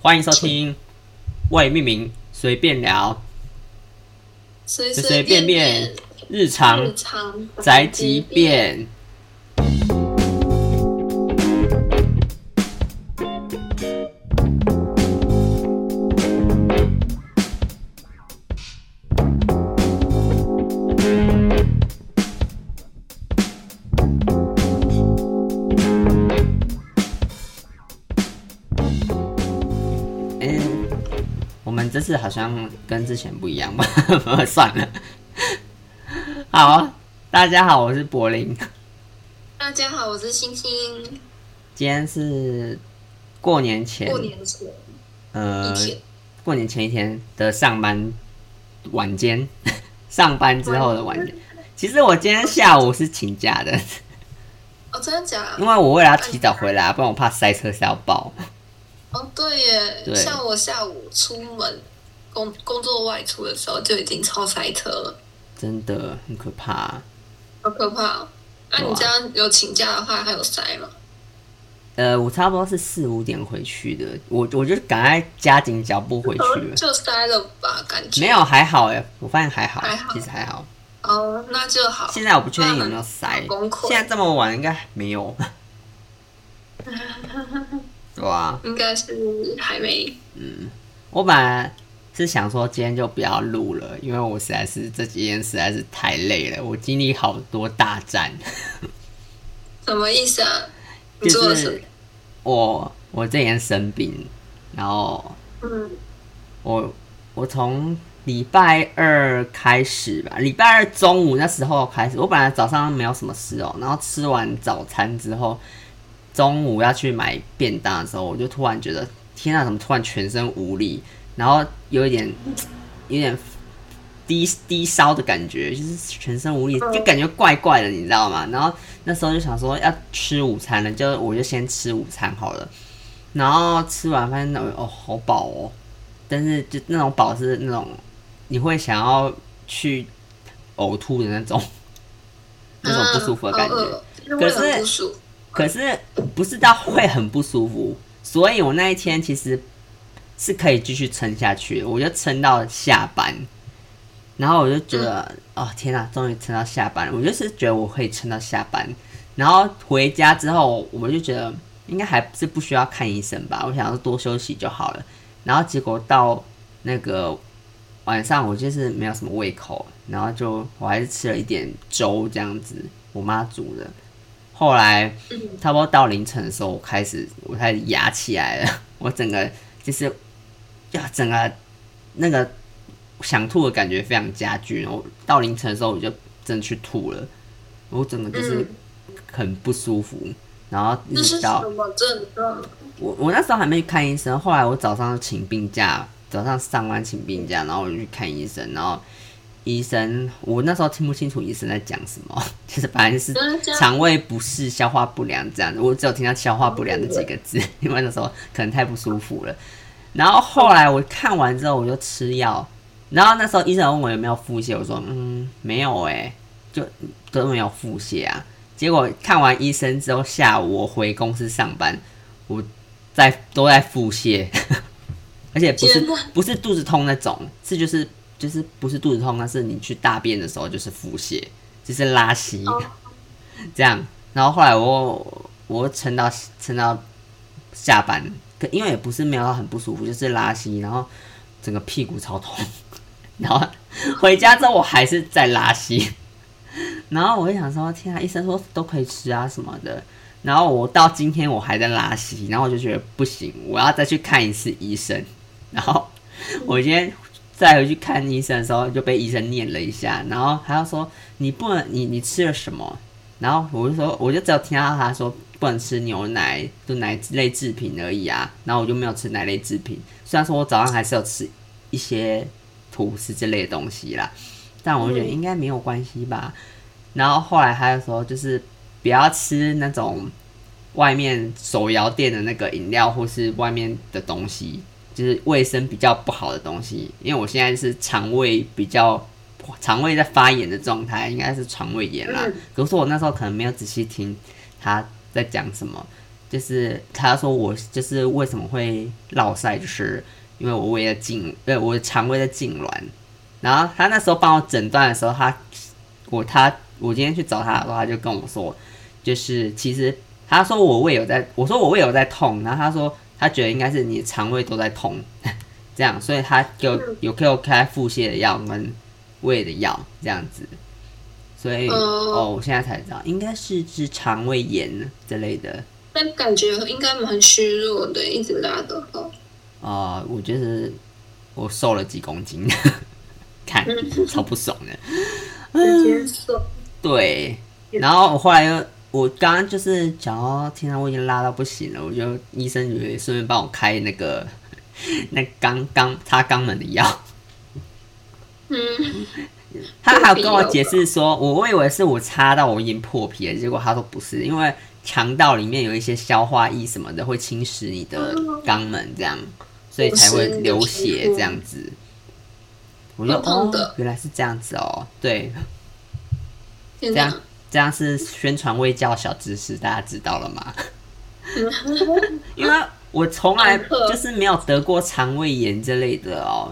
欢迎收听《未命名随便聊随》，随随便便便日常日常宅急便。诶嗯我们这次好像跟之前不一样吧？ 算了，好，大家好，我是柏林，大家好，我是星星。今天是过年前，过年前呃一，天，过年前一天的上班晚间， 上班之后的晚间。其实我今天下午是请假 的，哦，真的假因为我为了要提早回来，不然我怕塞车塞到爆。哦，对耶，对像我下午出门工工作外出的时候就已经超塞车了，真的很可怕、好可怕、哦。那、哇你这样有请假的话，还有塞吗？呃，我差不多是四五点回去的，我我就赶快加紧脚步回去 了。就塞了吧，感觉没。有，还好哎、我发现还好，还好其实还好。哦，那就好。现在我不确定有没有塞很崩，溃现在这么晚应该没有。 对啊，应该是还没我本来是想说今天就不要录了，因为我实在是这几天实在是太累了，我经历好多大战，什么意思啊？ 你就做了什么是？我我这几天生病，然后嗯，我我从礼拜二开始吧，礼拜二中午那时候开始，我本来早上没有什么事哦、然后吃完早餐之后，中午要去买便当的时候，我就突然觉得天啊，怎么突然全身无力，然后有一点有点低低烧的感觉，就是全身无力，嗯就感觉怪怪的，你知道吗？然后那时候就想说要吃午餐了，就我就先吃午餐好了。然后吃完发现哦哦好饱哦，但是就那种饱是那种你会想要去呕吐的那种，那种不舒服的感觉。啊好饿哦就是可是会很不舒服。可是不是到会很不舒服，所以我那一天其实是可以继续撑下去的，我就撑到下班，然后我就觉得，哦天啊，终于撑到下班了，我就是觉得我可以撑到下班，然后回家之后，我就觉得应该还是不需要看医生吧，我想要多休息就好了，然后结果到那个晚上我就是没有什么胃口，然后就我还是吃了一点粥这样子，我妈煮的。后来嗯差不多到凌晨的时候，我开始我开始压起来了， 我整个就是呀，整个那个想吐的感觉非常加剧，然后到凌晨的时候我就真的去吐了，我整个就是嗯很不舒服，然后一这直是到什么症状？我我那时候还没去看医生，后来我早上请病假，早上上班请病假，然后我就去看医生，然后医生我那时候听不清楚医生在讲什么， 就是反正是真的假的肠胃不适、消化不良这样子，我只有听到消化不良这几个字， 因为那时候可能太不舒服了。然后后来我看完之后，我就吃药，然后那时候医生问我有没有腹泻，我说嗯没有哎、就都没有腹泻啊。结果看完医生之后，下午我回公司上班，我在都在腹泻， 而且不是天哪不是肚子痛那种，是就是就是不是肚子痛，但是你去大便的时候就是腹泻，就是拉稀、哦这样。然后后来我我又撑到撑到下班，可因为也不是没有到很不舒服，就是拉稀，然后整个屁股超痛， 然后回家之后我还是在拉稀，然后我就想说，天啊，医生说都可以吃啊什么的。然后我到今天我还在拉稀，然后我就觉得不行，我要再去看一次医生。然后我今天再回去看医生的时候，就被医生念了一下，然后他就说你不能，你你吃了什么？然后我就说，我就只有听到他说不能吃牛奶，就奶类制品而已啊。然后我就没有吃奶类制品，虽然说我早上还是有吃一些吐司之类的东西啦，但我就觉得嗯应该没有关系吧。然后后来他就说，就是不要吃那种外面手摇店的那个饮料，或是外面的东西，就是卫生比较不好的东西。因为我现在是肠胃比较肠胃在发炎的状态，应该是肠胃炎啦嗯。可是我那时候可能没有仔细听他在讲什么，就是他说我就是为什么会落晒，就是因为我胃的痉，对，我的肠胃的痉挛。然后他那时候帮我诊断的时候，他我他我今天去找他的时候，他就跟我说，就是其实他说我胃有在，我说我胃有在痛，然后他说他觉得应该是你肠胃都在痛， 这样，所以他给我有给我开腹泻的药跟胃的药这样子。所以、嗯哦，我现在才知道，应该是治肠胃炎之类的。但感觉应该蛮虚弱的，一直拉的话，啊、我就是我瘦了几公斤， 看超不爽的。嗯直接瘦。对，然后我后来又，我刚刚就是讲到，天啊，我已经拉到不行了，我就医生也顺便帮我开那个 那肛肛擦肛门的药。嗯，他还有跟我解释说，我我以为是我擦到我已经破皮了，结果他说不是，因为肠道里面有一些消化液什么的会侵蚀你的肛门，这样，所以才会流血这样子。我就痛痛的哦，原来是这样子哦，对，天这哪样，这样是宣传卫教小知识，大家知道了吗？嗯因为啊我从来上课就是没有得过肠胃炎之类的哦。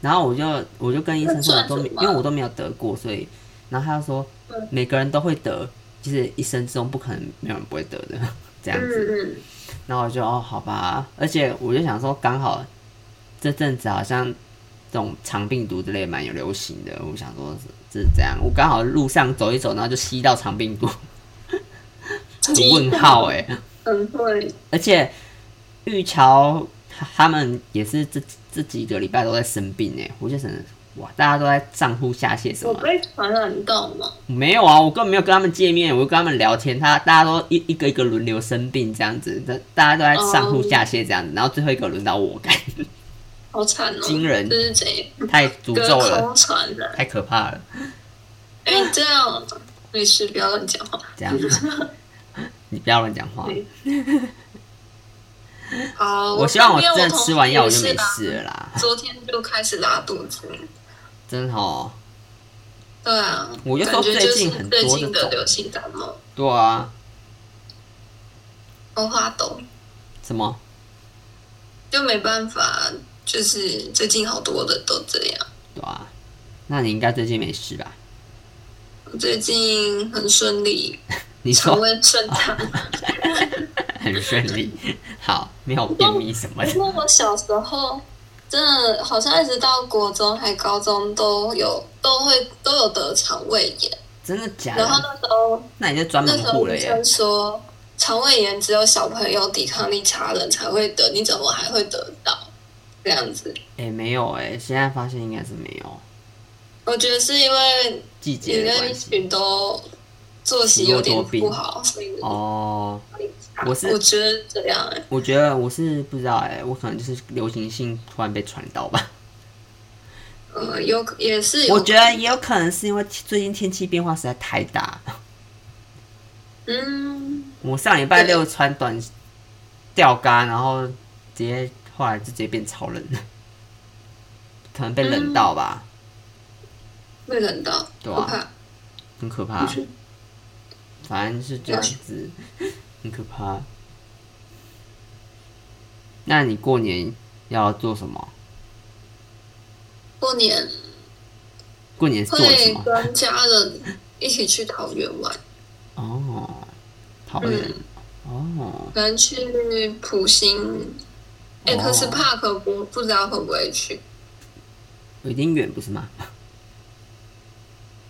然后我就我就跟医生说，那我算都没什因么为我都没有得过，所以然后他就说嗯每个人都会得，就是一生之中不可能没有人不会得的 这样嗯子。嗯，然后我就哦好吧，而且我就想说刚好这阵子好像这种肠病毒之类蛮有流行的，我想说是是这样，我刚好路上走一走，然后就吸到肠病毒， 很问号哎、很嗯会，而且玉桥他他们也是这这几个礼拜都在生病哎、我就想哇，大家都在上呼下泻什我么？被传染到嘛，没有啊，我根本没有跟他们见面，我就跟他们聊天，他大家都一一个一个轮流生病这样子，大大家都在上呼下泻这嗯样子，然后最后一个轮到我，干 好惨哦，惊人这是怎样？太诅隔咒了，空传染，太可怕了，哎、 这样没事，不要乱讲话。这样子， 你不要乱讲话。对 好，啊我希望我因为真的同吃完药我就事啊没啦事了啦，昨天就开始拉肚子，真好、哦。对啊，我就说感觉就最近是很多最这近的种流行感冒，对啊，我花抖，什么？就没办法，就是最近好多的都这样。对啊，那你应该最近没事吧？我最近很顺利，你说 常温顺畅。 很顺利，好，没有便秘什么不的。过哎我小时候真的好像一直到国中还高中都有都会都有得肠胃炎，啊真的假然后的？那时候那你就专那门时候护了医耶生？说肠胃炎只有小朋友抵抗力差的人才会得，你怎么还会得到？这样子，哎、没有哎、现在发现应该是没有我觉得是因为季节的你跟一关系。群都作息有点不好，所以哦，我我是我觉得这样、欸，我觉得我是不知道哎、我可能就是流行性突然被传到吧。呃，有也是有，我觉得也有可能是因为最近天气变化实在太大。嗯。我上礼拜六穿短吊嘎，然后直接后来就直接变超冷了，可能被冷到吧，会冷到，对不啊怕。很可怕。反正是这样子， 很可怕。那你过年要做什么？过年过年做了什会么？跟家人一起去桃园玩，哦，桃园。哦，可能去普星哎、哦可是 Park 不不知道会不会去，有点远不是吗？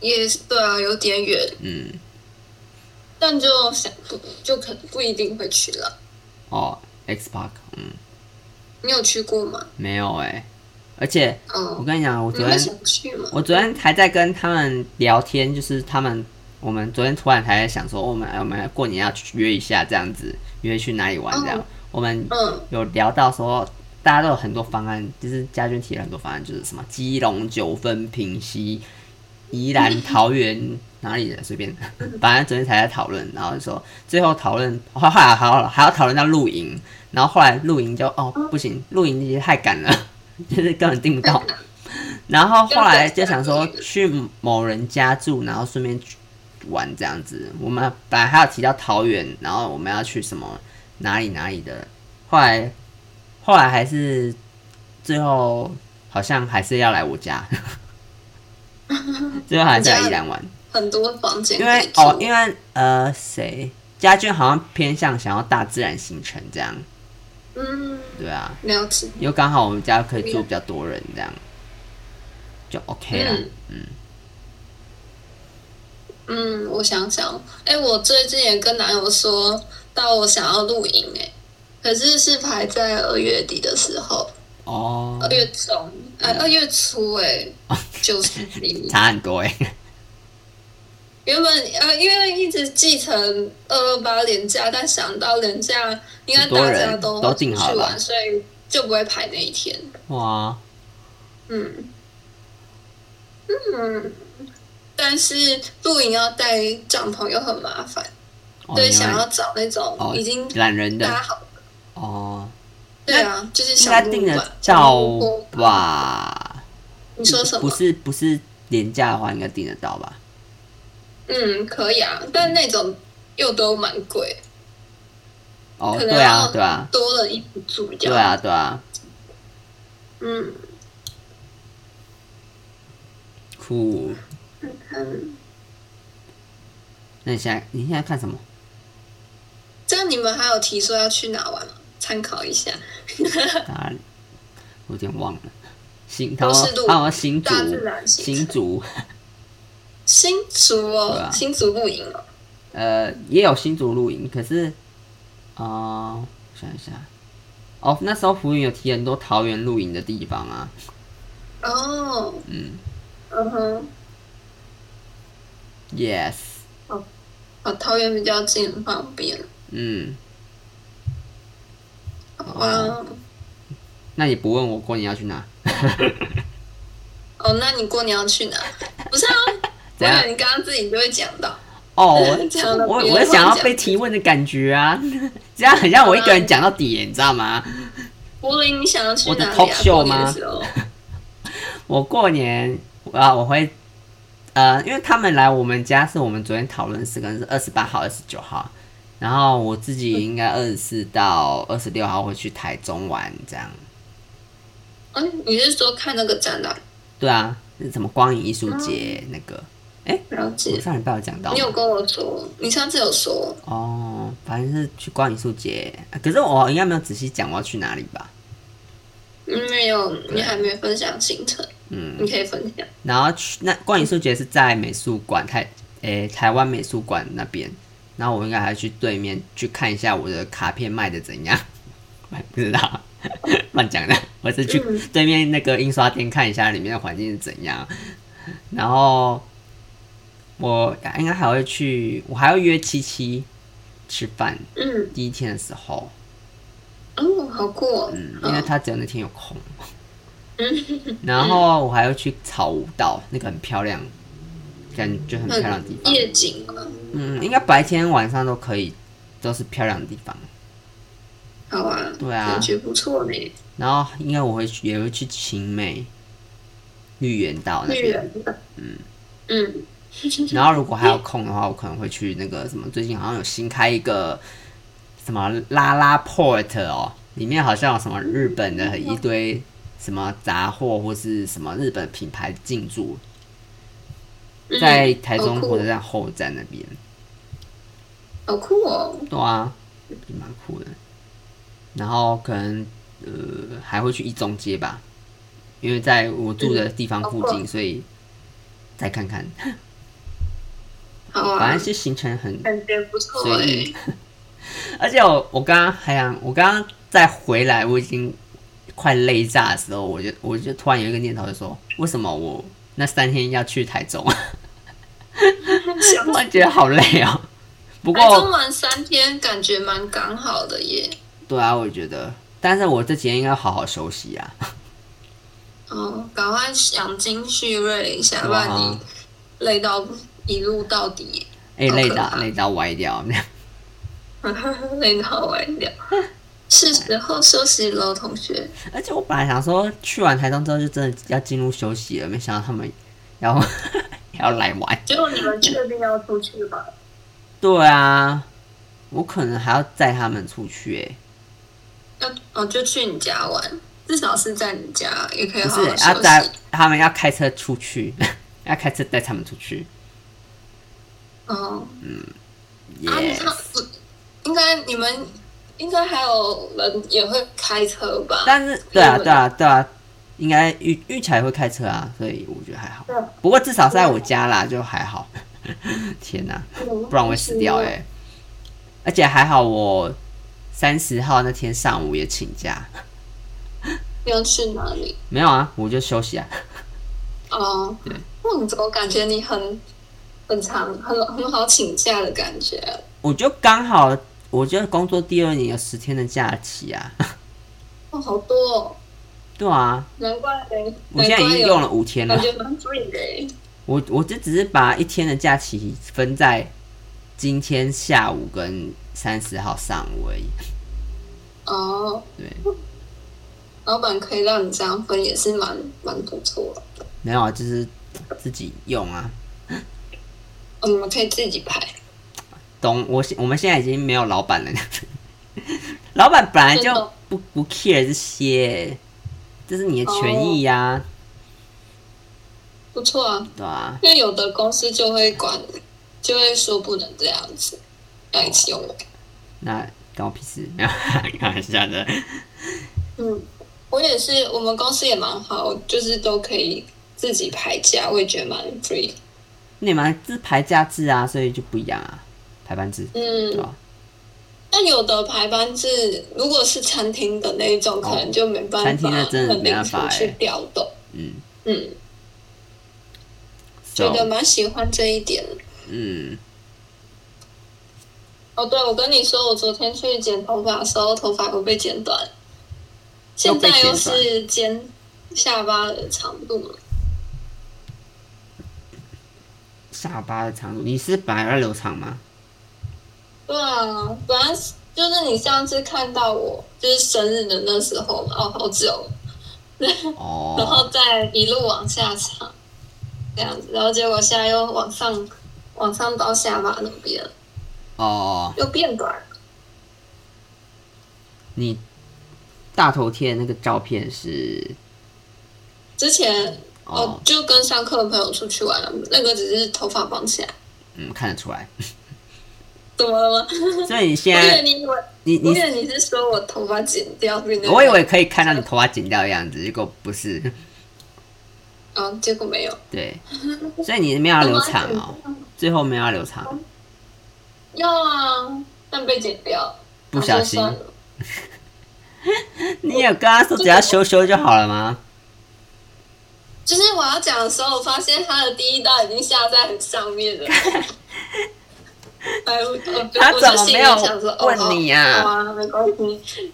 也是对啊，有点远，嗯，但就想不就可不一定会去了。哦，X Park，嗯，你有去过吗？没有哎、而且我嗯，哦跟你讲，我你昨会天想去吗？我昨天还在跟他们聊天，就是他们，我们昨天突然还在想说，我们我们过年要去约一下这样子，约去哪里玩这样。嗯我们嗯，有聊到说，大家都有很多方案，就是家军提了很多方案，就是什么基隆、九份、平溪、宜兰、桃园哪里的随便， 反正昨天才在讨论，然后就说最后讨论，后来还好还要讨论到露营，然后后来露营就哦不行，露营其实太赶了， 就是根本订不到。然后后来就想说去某人家住，然后顺便去玩这样子。我们本来还有提到桃园，然后我们要去什么哪里哪里的，后来后来还是最后好像还是要来我家， 最后还是在宜兰玩，很多房间因为可以哦，住因为呃谁家眷好像偏向想要大自然行程这样，嗯，对啊，了解，因为刚好我们家可以住比较多人这样，就 OK 了，嗯嗯，我想想，哎、我最近也跟男友说到我想要露营、哎，可是是排在二月底的时候，哦二，月中，哎、二月初、 哎，就是你差很多哎、原本呃，因为一直继承二二八廉价，但想到廉价应该很大家多人都都订好去了玩，所以就不会排那一天。 哇，嗯嗯，但是露营要带帐篷又很麻烦，哦所以因为想要找那种哦已经懒人搭的好。哦，对啊，就是应小该木订得板。到我吧？你说什不么？是不是廉价的话，应该订得到吧？嗯，可以啊，但那种又都蛮贵，哦，可能对啊要，对啊，多了一补助这对样。啊，对啊，嗯，酷。嗯，那你现在你现在看什 么？这样你们还有提说要去哪玩吗？参考一下。啊，我有点忘了。新他都说市啊路他说新竹大自然形新成竹新竹对哦，啊新竹露营哦，呃也有新竹露营，可是啊、呃我想一下哦，那时候浮云有提很多桃园露营的地方啊，哦，嗯嗯哼， ，yes，哦，桃园比较近，很方便。嗯，啊哇，那你不问我过年要去哪？哦，那你过年要去哪？不是啊，我 怎以样为你刚刚自己就会讲到，哦，我 讲了我别人我想要乱讲被提问的感觉啊， 这样很像我一个人讲到底耶，你知道吗？柏林，你想要去我的哪里 talk 啊？ show 过年吗的时候，我过年啊，我会呃，因为他们来我们家是我们昨天讨论是跟是二十八号、二十九号，然后我自己应该二十四到二十六号会去台中玩，这样。嗯，你是说看那个展览？对啊，那什么光影艺术节那个，了我解，上礼拜有讲到吗嗯你有跟我说，你上次有说，哦，反正是去光影艺术节，啊可是我应该没有仔细讲我要去哪里吧？嗯没有，你还没分享行程，嗯，你可以分享。然后去那光影艺术节是在美术馆台诶、台湾美术馆那边，然后我应该还去对面去看一下我的卡片卖的怎样， 我也不知道 乱讲的，我是去嗯对面那个印刷店看一下里面的环境是怎样，然后我应该还会去，我还要约七七吃饭，嗯，第一天的时候，哦，好酷哦，嗯，因为他只有那天有 空，嗯，然后我还要去草舞蹈，那个很漂亮，感觉很漂亮的地方。夜景啊，嗯，应该白天晚上都可以，都是漂亮的地方。好啊，对啊感觉不错呢。然后应该我会去，也会去晴美、绿园道那绿边。人的，嗯 然后如果还有空的话，我可能会去那个什么，最近好像有新开一个什么拉拉 port 哦，里面好像有什么日本的一堆什么杂货或是什么日本品牌进驻，嗯，在台中好火酷车站后站那边。好酷哦，对啊，也蛮酷的。然后可能呃还会去一中街吧，因为在我住的地方附嗯哦近，所以再看看。好反啊正，是行程很感觉不错随哎意，，而且我我刚刚还想，我刚刚再回来，我已经快累炸的时候，我就我就突然有一个念头，就说为什么我那三天要去台中？ 欸 想突然觉得好累哦。不台过中玩三天，感觉蛮刚好的耶。对啊，我也觉得，但是我这几天应该好好休息啊。哦，赶快养精蓄锐一下，不然哇你累到一路到底 耶，哎、好可累到怕累到歪掉， 累到歪掉。是时候休息了，同学。而且我本来想说去完台中之后就真的要进入休息了，没想到他们要 要来玩。结果你们确定要出去吧？对啊，我可能还要载他们出去、欸，要哦，就去你家玩，至少是在你家也可以不好是啊好要休载息。他们要开车出去， 要开车带他们出去。哦，啊，你 Yes，看，不应该你们应该还有人也会开车吧？但是对啊，对啊，对啊，应该玉玉才会开车啊，所以我觉得还好对。不过至少是在我家啦，就还好。 天哪、不然我会死掉哎、欸。而且还好我三十号那天上午也请假，要去哪里？没有啊，我就休息啊。哦，对那你怎么感觉你很很长很很好请假的感觉啊？我就刚好，我就工作第二年有十天的假期啊。 哦，好多、哦，对啊，难怪我我现在已经用了五天了感。觉蛮 free 的欸。我我这只是把一天的假期分在今天下午跟三十号上午而已。哦，对，老板可以让你这样分，也是蛮蛮不错的。没有啊，就是自己用啊。哦，你们可以自己排。懂我现我们现在已经没有老板了，老板本来真就的不不 care 这些，这是你的哦权益呀、不错啊，对吧、啊？因为有的公司就会管，就会说不能这样子，让你用我。那关我屁事， 没有开玩笑的。嗯，我也是，我们公司也蛮好，就是都可以自己排假，我也觉得蛮 free。你们是排假制啊，所以就不一样啊，排班制，对嗯吧、，但有的排班制，如果是餐厅的那一种，可能就没办法餐厅的真的很没办法灵活欸去调动。嗯嗯，觉得，so 蛮喜欢这一点的。嗯，哦，对，我跟你说，我昨天去剪头发的时候，头发有被剪短，又现被剪在短又是剪下巴的长度了。下巴的长度，你是本来要留长吗？对啊，本来是就是你上次看到我就是生日的那时候嘛，哦，好久，然哦，后再一路往下长，这样子，然后结果现在又往上，往上到下巴那边了哦，又变短了。你大头贴的那个照片是之前哦哦，，就跟上课的朋友出去玩了，那个只是头发绑起来，嗯，看得出来。怎么了吗？所以你现我以为在你以为。你我你以为你是说我头发剪掉比那个，我以为可以看到你头发剪掉的样子，结果不是。 啊，结果没有。对，所以你没有要留长哦，头发最后没有要留长，剪掉。要啊，但被剪掉。不小心然后就算了你有跟他说只要修修就好了吗？就是我要讲的时候，我发现他的第一刀已经下在很上面了。哎，我就他我怎就么心没里有想说，问你啊哦好好啊，没关系。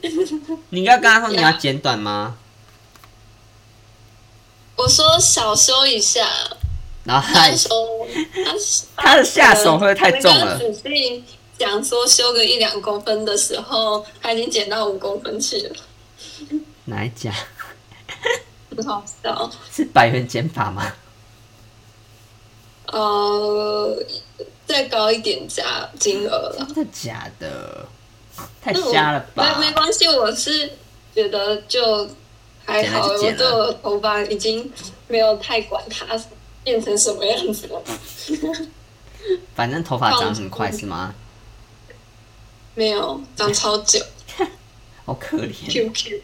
你应该跟他说你要剪短吗？我说少修一下，然后他他说他他的下手会不会太重了我刚刚仔细讲说修个一两公分的时候，他已经剪到五公分去了，哪一家很好笑。是百元剪法吗？呃，再高一点加金额了。真的假的？太瞎了吧那！没关系，嗯我是觉得就还好，我剪了就剪啊对了我的头发已经没有太管它变成什么样子了。反正头发长很快是吗？没有长超久 好可怜。 ，Q Q。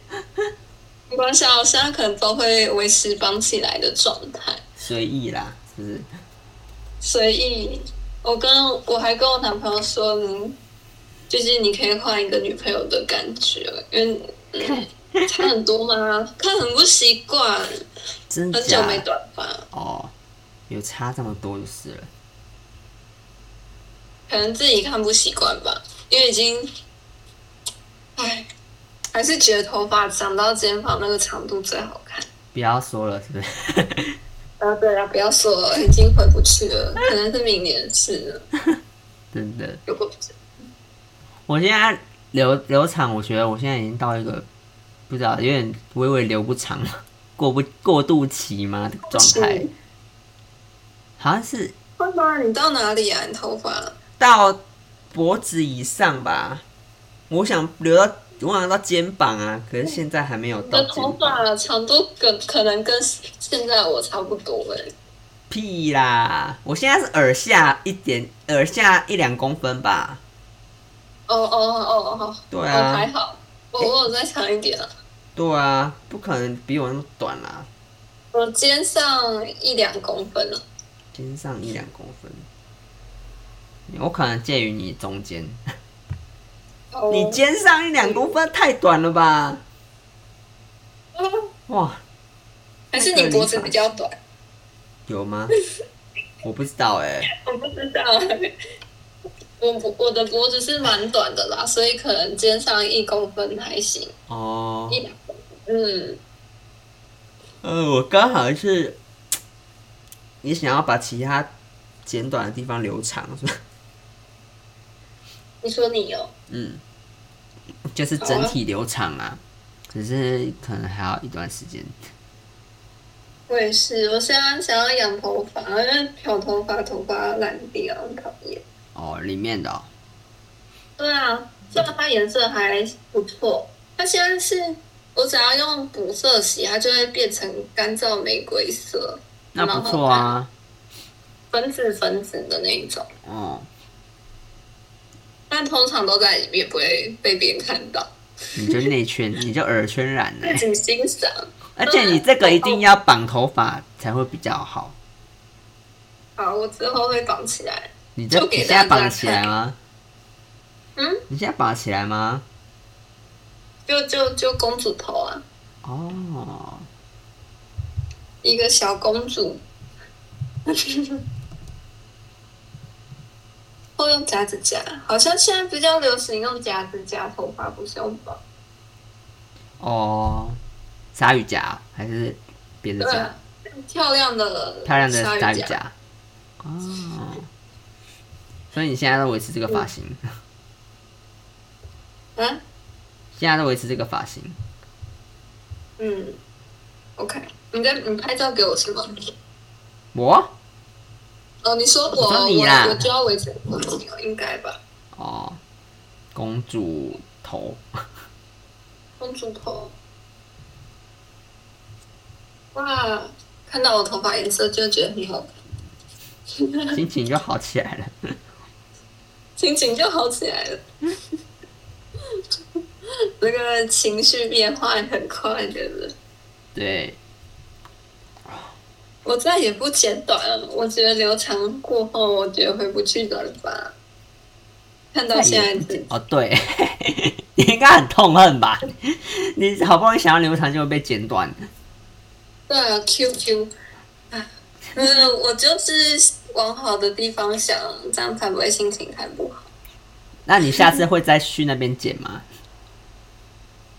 没关系啊，我现在可能都会维持绑起来的状态，随意啦，是不是？随意。我跟我还跟我男朋友说，嗯，就是你可以换一个女朋友的感觉，因为、嗯、差很多吗？ 他很不习惯，真很久假没短发，哦，有差这么多就是了。可能自己看不习惯吧，因为已经，唉，还是觉得头发长到肩膀那个长度最好看。不要说了，是不 是？啊，对啊，不要说了，已经回不去了，可能是明年的事了。真的。如果不是我现在留留长，我觉得我现在已经到一个不知道有点微微留不长了，过不过渡期吗？这个状态是好像是会吗？你到哪里啊？你头发到脖子以上吧，我想留到我想到肩膀啊，可是现在还没有你到的肩头膀。发长度跟可能跟现在我差不多哎、屁啦！我现在是耳下一点，耳下一两公分吧。哦哦哦哦，对哦还啊，好，我我有再长一点啊，对啊，不可能比我那么短啦、我肩上一两公分了。肩上一两公分。我可能介于你中间，哦你肩上一两公分太短了吧？嗯哇，还是你脖子比较短？有 吗？我不知道哎、我不知道欸，我脖我的脖子是蛮短的啦，所以可能肩上一公分还行，哦，一两公分。嗯，呃，我刚好是，你想要把其他剪短的地方留长是吧？你说你哦，嗯，就是整体留长啊，只是可能还要一段时间。我也是，我现在想要养头发，因为漂头发头发烂掉，很讨厌。哦，里面的、哦，对啊，虽然它颜色还不错，它现在是我只要用补色洗，它就会变成干燥玫瑰色，那不错啊。粉紫粉紫的那一种，哦，但通常都在里面，不会被别人看到，你就内圈，你就耳圈染 了、自己欣赏。而且你这个一定要绑头发才会比较好。好，我之后会绑起来。你这就你给现在大家绑起来吗？嗯，你现在绑起来吗？就就就公主头啊，哦，一个小公主。会用夹子夹，好像现在比较流行用夹子夹头发，不是用绑。哦，鲨鱼夹还是别的对夹啊？，漂亮的漂亮的鲨鲨鱼夹。夹。哦，所以你现在都维持这个发型，嗯啊，现在都维持这个发型。嗯，OK，你在你拍照给我是吗？我哦，你说我我说你啦我我就要维持我自己应该吧，哦，公主头，公主头。哇，看到我头发颜色就觉得很好看，心情就好起来了。 心情就好起来了。那个情绪变化很快的人，对，我再也不剪短了。我觉得留长过后，我觉得回不去短发。看到现在自己哦对， 你应该很痛恨吧？你好不容易想要留长，就会被剪短。对啊，QQ，啊嗯，我就是往好的地方想，这样才不会心情太不好。那你下次会再去那边剪吗？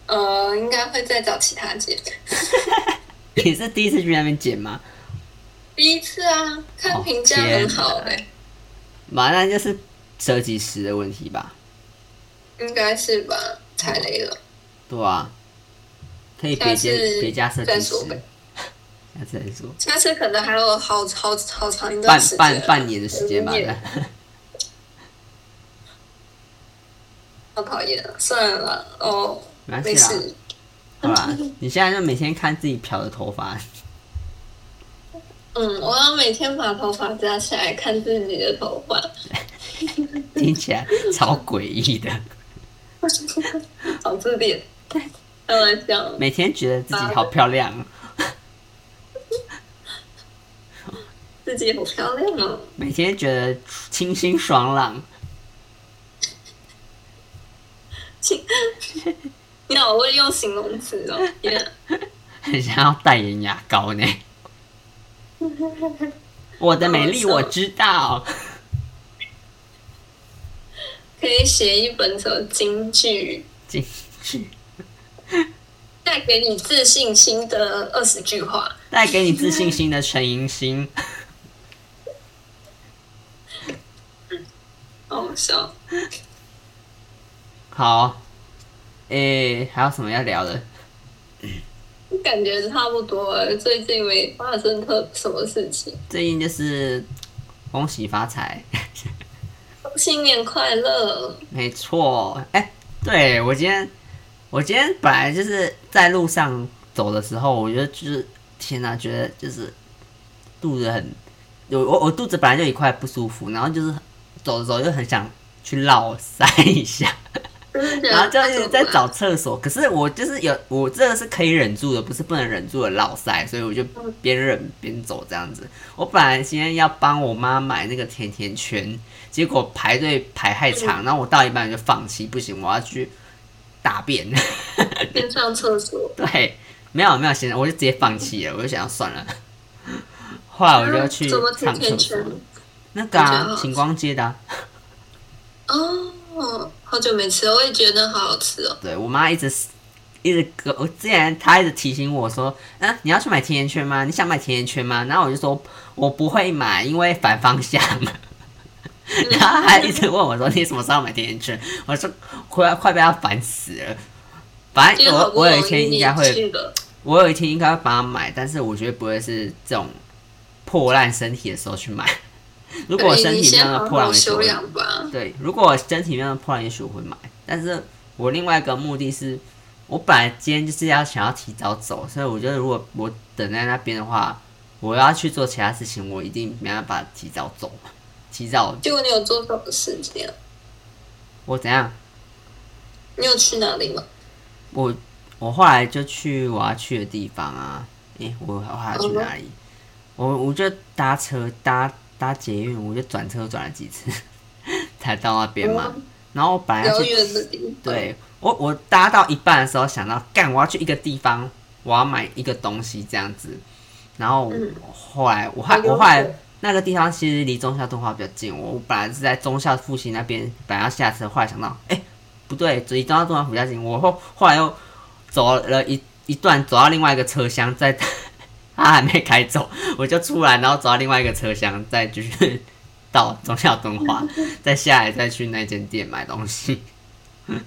呃，应该会再找其他姐。你是第一次去那边剪吗？第一次啊，哦看评价很好哎、马上就是设计师的问题吧？应该是吧？踩雷了，对啊，可以别接下次别加设计再师说呗，下次再说，下次可能还有好好好长一段半时间。半半年的时间吧有。点好讨厌啊，算了啦哦， 没没关系啦事。好 啦，你现在就每天看自己漂的头发， 嗯，我要每天把头发扎起来看自己的头发， 听起来超诡异的。好自恋。开玩笑，每天觉得自己好漂亮，自己好漂亮哦。每天觉得清新爽朗。请，你好会用形容词哦。Yeah. 很 想要代言牙膏呢。我的美丽我知道，可以写一本什么京剧，进去带给你自信心的二十句话，带给你自信心的陈银星，好好笑。好，诶、还有什么要聊的？感觉差不多了，最近没发生特什么事情。最近就是恭喜发财，恭新年快乐！没错，哎、对我今天，我今天本来就是在路上走的时候，我觉得就是天哪、觉得就是肚子很，有我我肚子本来就一块不舒服，然后就是走着走着就很想去绕塞一下，真的假的然后就一直在找，厕所。可是我就是有我这个是可以忍住的，不是不能忍住的绕塞，所以我就嗯边忍边走这样子。我本来今天要帮我妈买那个甜甜圈，结果排队排嗯太长，然后我到一半就放弃，不行，我要去大便。 边上厕所，对，没有没有，先我就直接放弃了，我就想要算了。 后来我就去啊怎么上厕甜甜所圈，？那个我觉得啊好，晴光街的、啊，哦，好久没吃了，我也觉得好好吃哦。对我妈一直一直跟我，之前她一直提醒我说，嗯、你要去买甜甜圈吗？你想买甜甜圈吗？然后我就说我不会买，因为反方向。然后她还一直问我说你什么时候买甜甜圈？我说快快被她烦死了。反今天正好我不我容有易一天应该你会，去了，我有一天应该会帮她买，但是我觉得不会是这种破烂身体的时候去买。如果我对身你体没有先那么好破烂好为止，休我养吧。对，如果我身体没有破烂，也许我会买。但是我另外一个目的是，我本来今天就是要想要提早走，所以我觉得如果我等在那边的话，我要去做其他事情，我一定没办法提早走。提早结果你有做什么事情啊？我怎样？你有去哪里吗？我我后来就去我要去的地方啊。诶、我我后来去哪里？我我就搭车搭搭捷运，我就转车转了几次， 才到那边嘛。然后我本来要嗯遥去远的地方。，对我，我搭到一半的时候想到，干，我要去一个地方，我要买一个东西这样子。然后我嗯后来我还好我优后来秀那个地方其实离中校动画比较近，我我本来是在中校复兴那边，本来要下车，后来想到，哎、不对，离中校动画比较近，我后后来又走了一一段，走到另外一个车厢，再 他还没开走，我就出来，然后走到另外一个车厢，再继续到中校动画，再下来再去那间店买东西。嗯，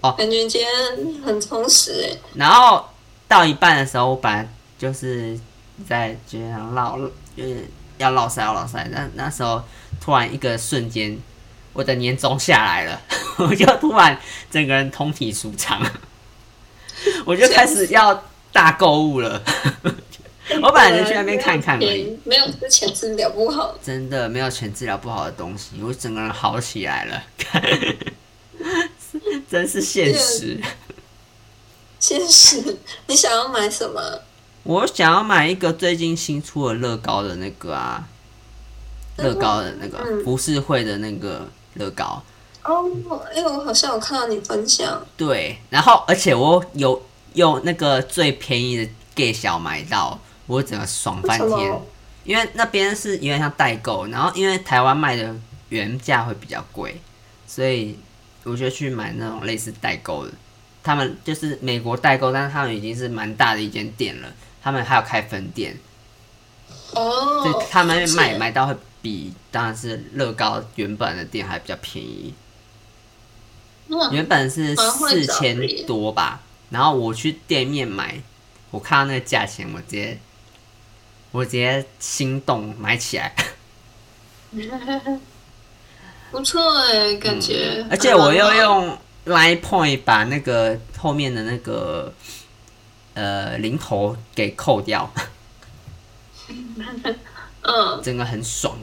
哦感觉今天很充实哎。然后到一半的时候，我本来就是在街上绕，就是要绕塞要绕塞，那那时候突然一个瞬间，我的年终下来了， 我就突然整个人通体舒畅，我就开始要大购物了。 我本来就去那边看看而已，没有之前是聊不好的。真的没有钱治疗不好的东西，我整个人好起来了， 真是现实。现实，你想要买什么？我想要买一个最近新出的乐高的那个啊，乐高的那个嗯浮世绘的那个乐高，哦，哎，我好像有看到你分享，对，然后而且我有用那个最便宜的 gay 小买到，我整个爽为翻什天么，？因为那边是有点像代购，然后因为台湾卖的原价会比较贵，所以我就去买那种类似代购的，他们就是美国代购，但是他们已经是蛮大的一间店了，他们还有开分店。所以哦，他们买是买到会比当然是乐高原本的店还比较便宜，嗯原本是蛮四会找的千耶多吧，然后我去店面买，我看到那个价钱，我直接我直接心动买起 来，不错哎，感觉。嗯而且我又。用 Line Point 把那个后面的那个呃零头给扣掉，嗯，真的很爽，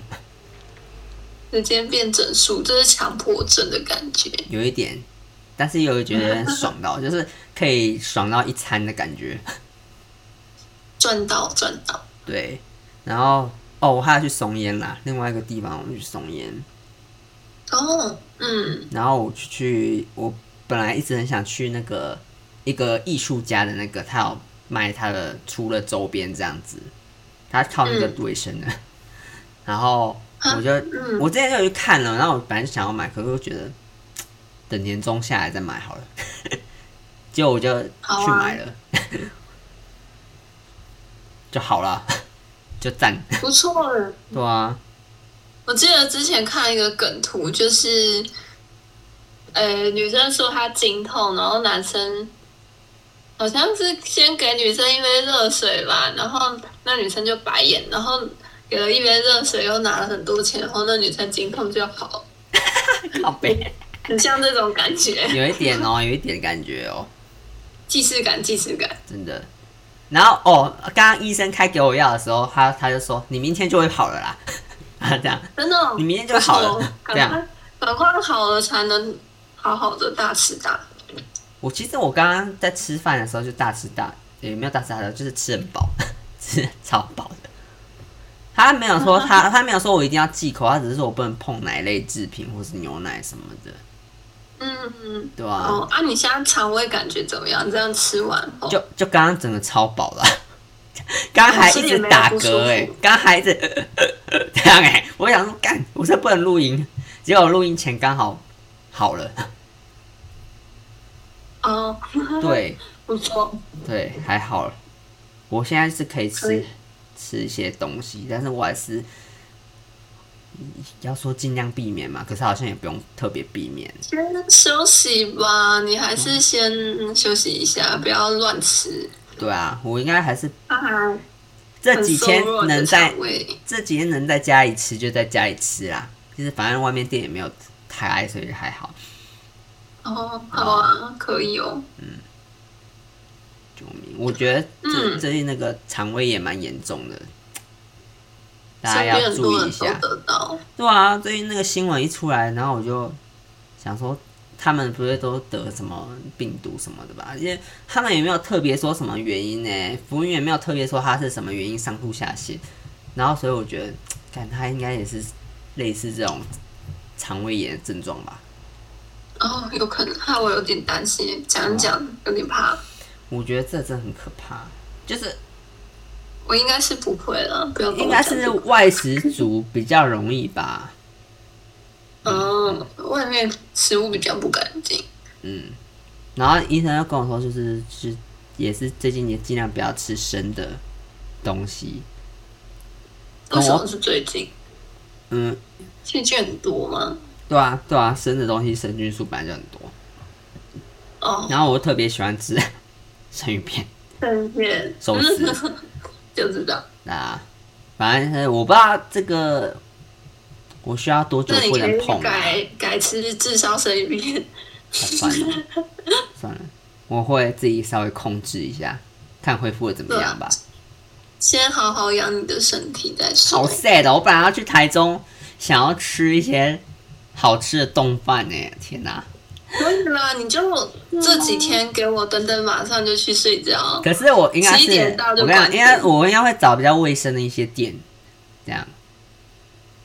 时间变整数，这是强迫症的感觉。有一点，但是又觉得爽到，就是可以爽到一餐的感觉。赚到赚到，对，然后哦，我还要去松烟啦，另外一个地方我去松烟，哦，嗯，然后我去去，我本来一直很想去那个一个艺术家的那个，他有卖他的除了周边这样子，他靠那个嗯为生的，然后我就、嗯我之前就有去看了，然后我本来就想要买，可是我觉得等年终下来再买好了， 结果我就好啊啊去买了， 就好了，就赞，不错了。对啊。我记得之前看一个梗图，就是，呃，女生说她经痛，然后男生好像是先给女生一杯热水吧，然后那女生就白眼，然后给了一杯热水，又拿了很多钱，然后那女生经痛就好。 靠背，很像这种感觉，有一点哦，有一点感觉哦，既视感，既视感。真的。然后哦，刚刚医生开给我药的时候，他他就说你明天就会好了啦， 啊这样，真的哦、你明天就好了哦这样赶快赶快好了才能好好的大吃大喝。我其实我刚刚在吃饭的时候就大吃大，也没有大吃大喝，就是吃很饱， 吃超饱的。他没有 说他他没有说我一定要忌口，他只是说我不能碰奶类制品或是牛奶什么的，嗯嗯，对吧、哦，啊，你现在肠胃感觉怎么样？这样吃完后，就就刚刚整个超饱了，刚刚还一直打嗝我心里没有不舒服哎、刚刚还一直 这样哎、我想说干，我这不能录音，结果录音前刚好好了，啊哦，对不错，对，还好了。我现在是可以可吃以吃一些东西，但是我还是要说尽量避免嘛，可是好像也不用特别避免。先休息吧，你还是先休息一下，不要乱吃。对啊，我应该还是啊，这几天能在肠胃，这几天能在家里吃就在家里吃啦，啊其实反正外面店也没有太爱，所以就还好。哦，好啊，可以哦。救命！我觉得这、嗯最近那个肠胃也蛮严重的，大家身边要很注多意人一都下。得到，对啊，最近那个新闻一出来，然后我就想说，他们不是都得什么病毒什么的吧？因为他们也没有特别说什么原因呢、服务员也没有特别说他是什么原因上吐下泻，然后所以我觉得，看他应该也是类似这种肠胃炎的症状吧。哦，有可能害我有点担心，讲一讲有点怕。我觉得这真的很可怕，就是我应该是不会了，不要跟应我该讲这是个。外食族比较容易吧。嗯，外面食物比较不干净。嗯，然后医生又跟我说，就是是也是最近也尽量不要吃生的东西。为什哦么是最近？嗯，细菌很多吗？对啊，对啊，生的东西生菌数本来就很多。哦，然后我又特别喜欢吃 生鱼片、但是寿司 就知道。啊，反正是我不知道这个我需要多久那你不可能以碰、啊。改改吃炙烧生鱼片。算 了，算了，我会自己稍微控制一下，看恢复的怎么样啊吧。先好好养你的身体再好说。 sad 哦！我本来要去台中，想要吃一些好吃的冻饭呢。天哪！可以啦，你就这几天给我等等，马上就去睡觉。可是我应该11是点到我就跟你讲，关应该店我应该会找比较卫生的一些店，这样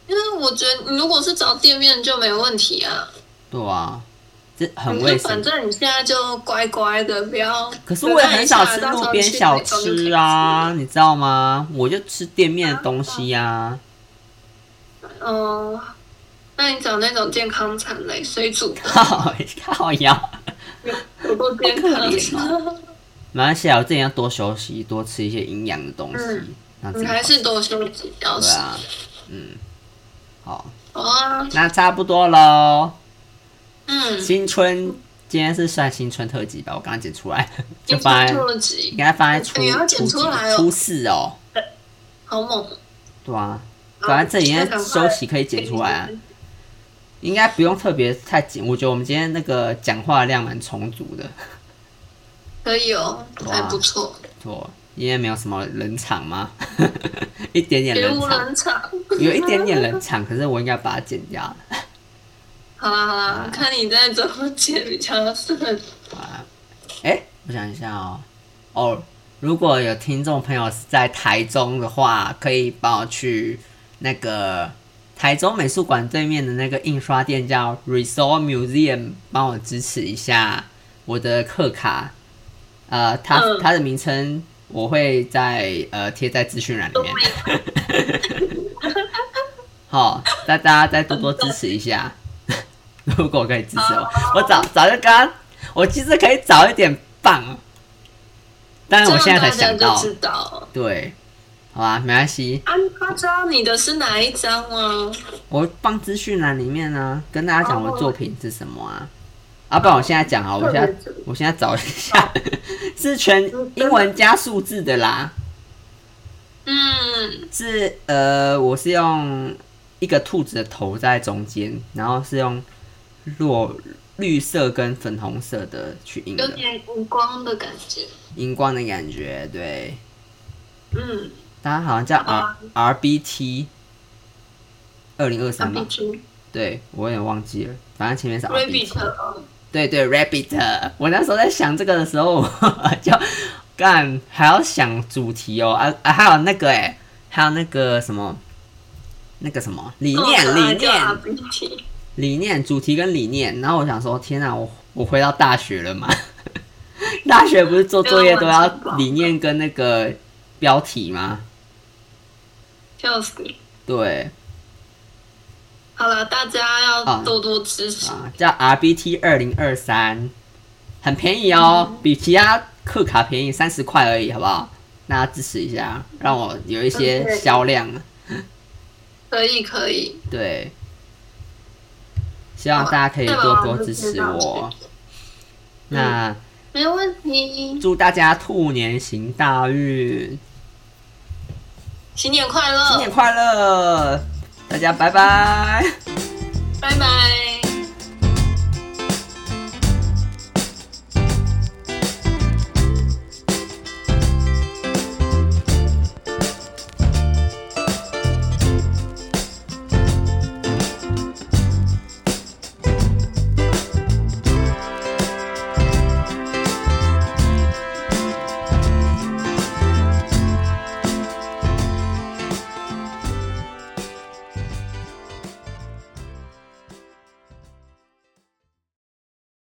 因为我觉得你如果是找店面就没问题啊，对啊，这很你卫就反生。正你现在就乖乖的，不要。可是我也很少吃等到路你边下小来到时候去吃那啊，你知道吗？我就吃店面的东西呀、啊。 种就可以吃。哦，那你找那种健康餐类，水煮的，靠靠腰，有够健好可怜哦康。没关系啊，我自己要多休息，多吃一些营养的东西，嗯让自 你己还好是多休息，要对是啊，嗯，好，好啊，那差不多喽。嗯，新春今天是算新春特辑吧，我刚刚剪出 来，就你放在做了应几？该放在初你要初剪几出来哦初四哦，好猛！对啊，好反正这几天那赶快休息可以剪出来啊，应该不用特别太紧。我觉得我们今天那个讲话量蛮充足的，可以哦，哇还不错，对，因为没有什么冷场吗？ 一点点别 冷无场，人场。有一点点冷场，可是我应该把它剪掉了。好啦好啦，看你在怎么剪比较顺。啊，哎、我想一下哦，哦，如果有听众朋友是在台中的话，可以帮我去那个台中美术馆对面的那个印刷店叫 Resort Museum，帮我支持一下我的课卡。呃，它嗯它的名称我会在呃贴在资讯栏里面。好，大家再多多支持一下。 如果可以支持我，我早早就跟他，我其实可以早一点放，但哎是我现在才想这样大家到就，知道。对，好吧，没关系，啊，他知道你的是哪一张啊吗？我放资讯栏里面呢、跟大家讲我的哦作品是什么啊。啊，不然我现在讲啊，我现在特别我现在找一下， 是全英文加数字的啦，嗯，是呃，我是用一个兔子的头在中间，然后是用落绿色跟粉红色的去印有的，点无光的感觉。荧光的感觉。对，嗯，它好像叫 R 啊 R B T 二零二阿三比吧？猪对，我有点忘记了，反正前面是 R B T。 ，rabbit，啊对对，Rabbit。我那时候在想这个的时候，我就 干还要想主题哦，啊啊，还有那个哎、还有那个什么，那个什哦么啊理念、理念阿比提，理念主题跟理念。然后我想说，天啊，我我回到大学了嘛？ 大学不是做作业都啊要理念跟那个标题吗？笑死！对好了，大家啊要多多支持。啊，叫 RBT 二零二三，很便宜嗯哦，比其他课卡便宜三十块而已，好不好？大家支持一下，让我有一嗯些对销量。啊可以可以，对，希望大家可以多多支持好那我我们。那没问题。祝大家兔年行大运！新年快新乐年，快乐，大家拜拜。拜拜。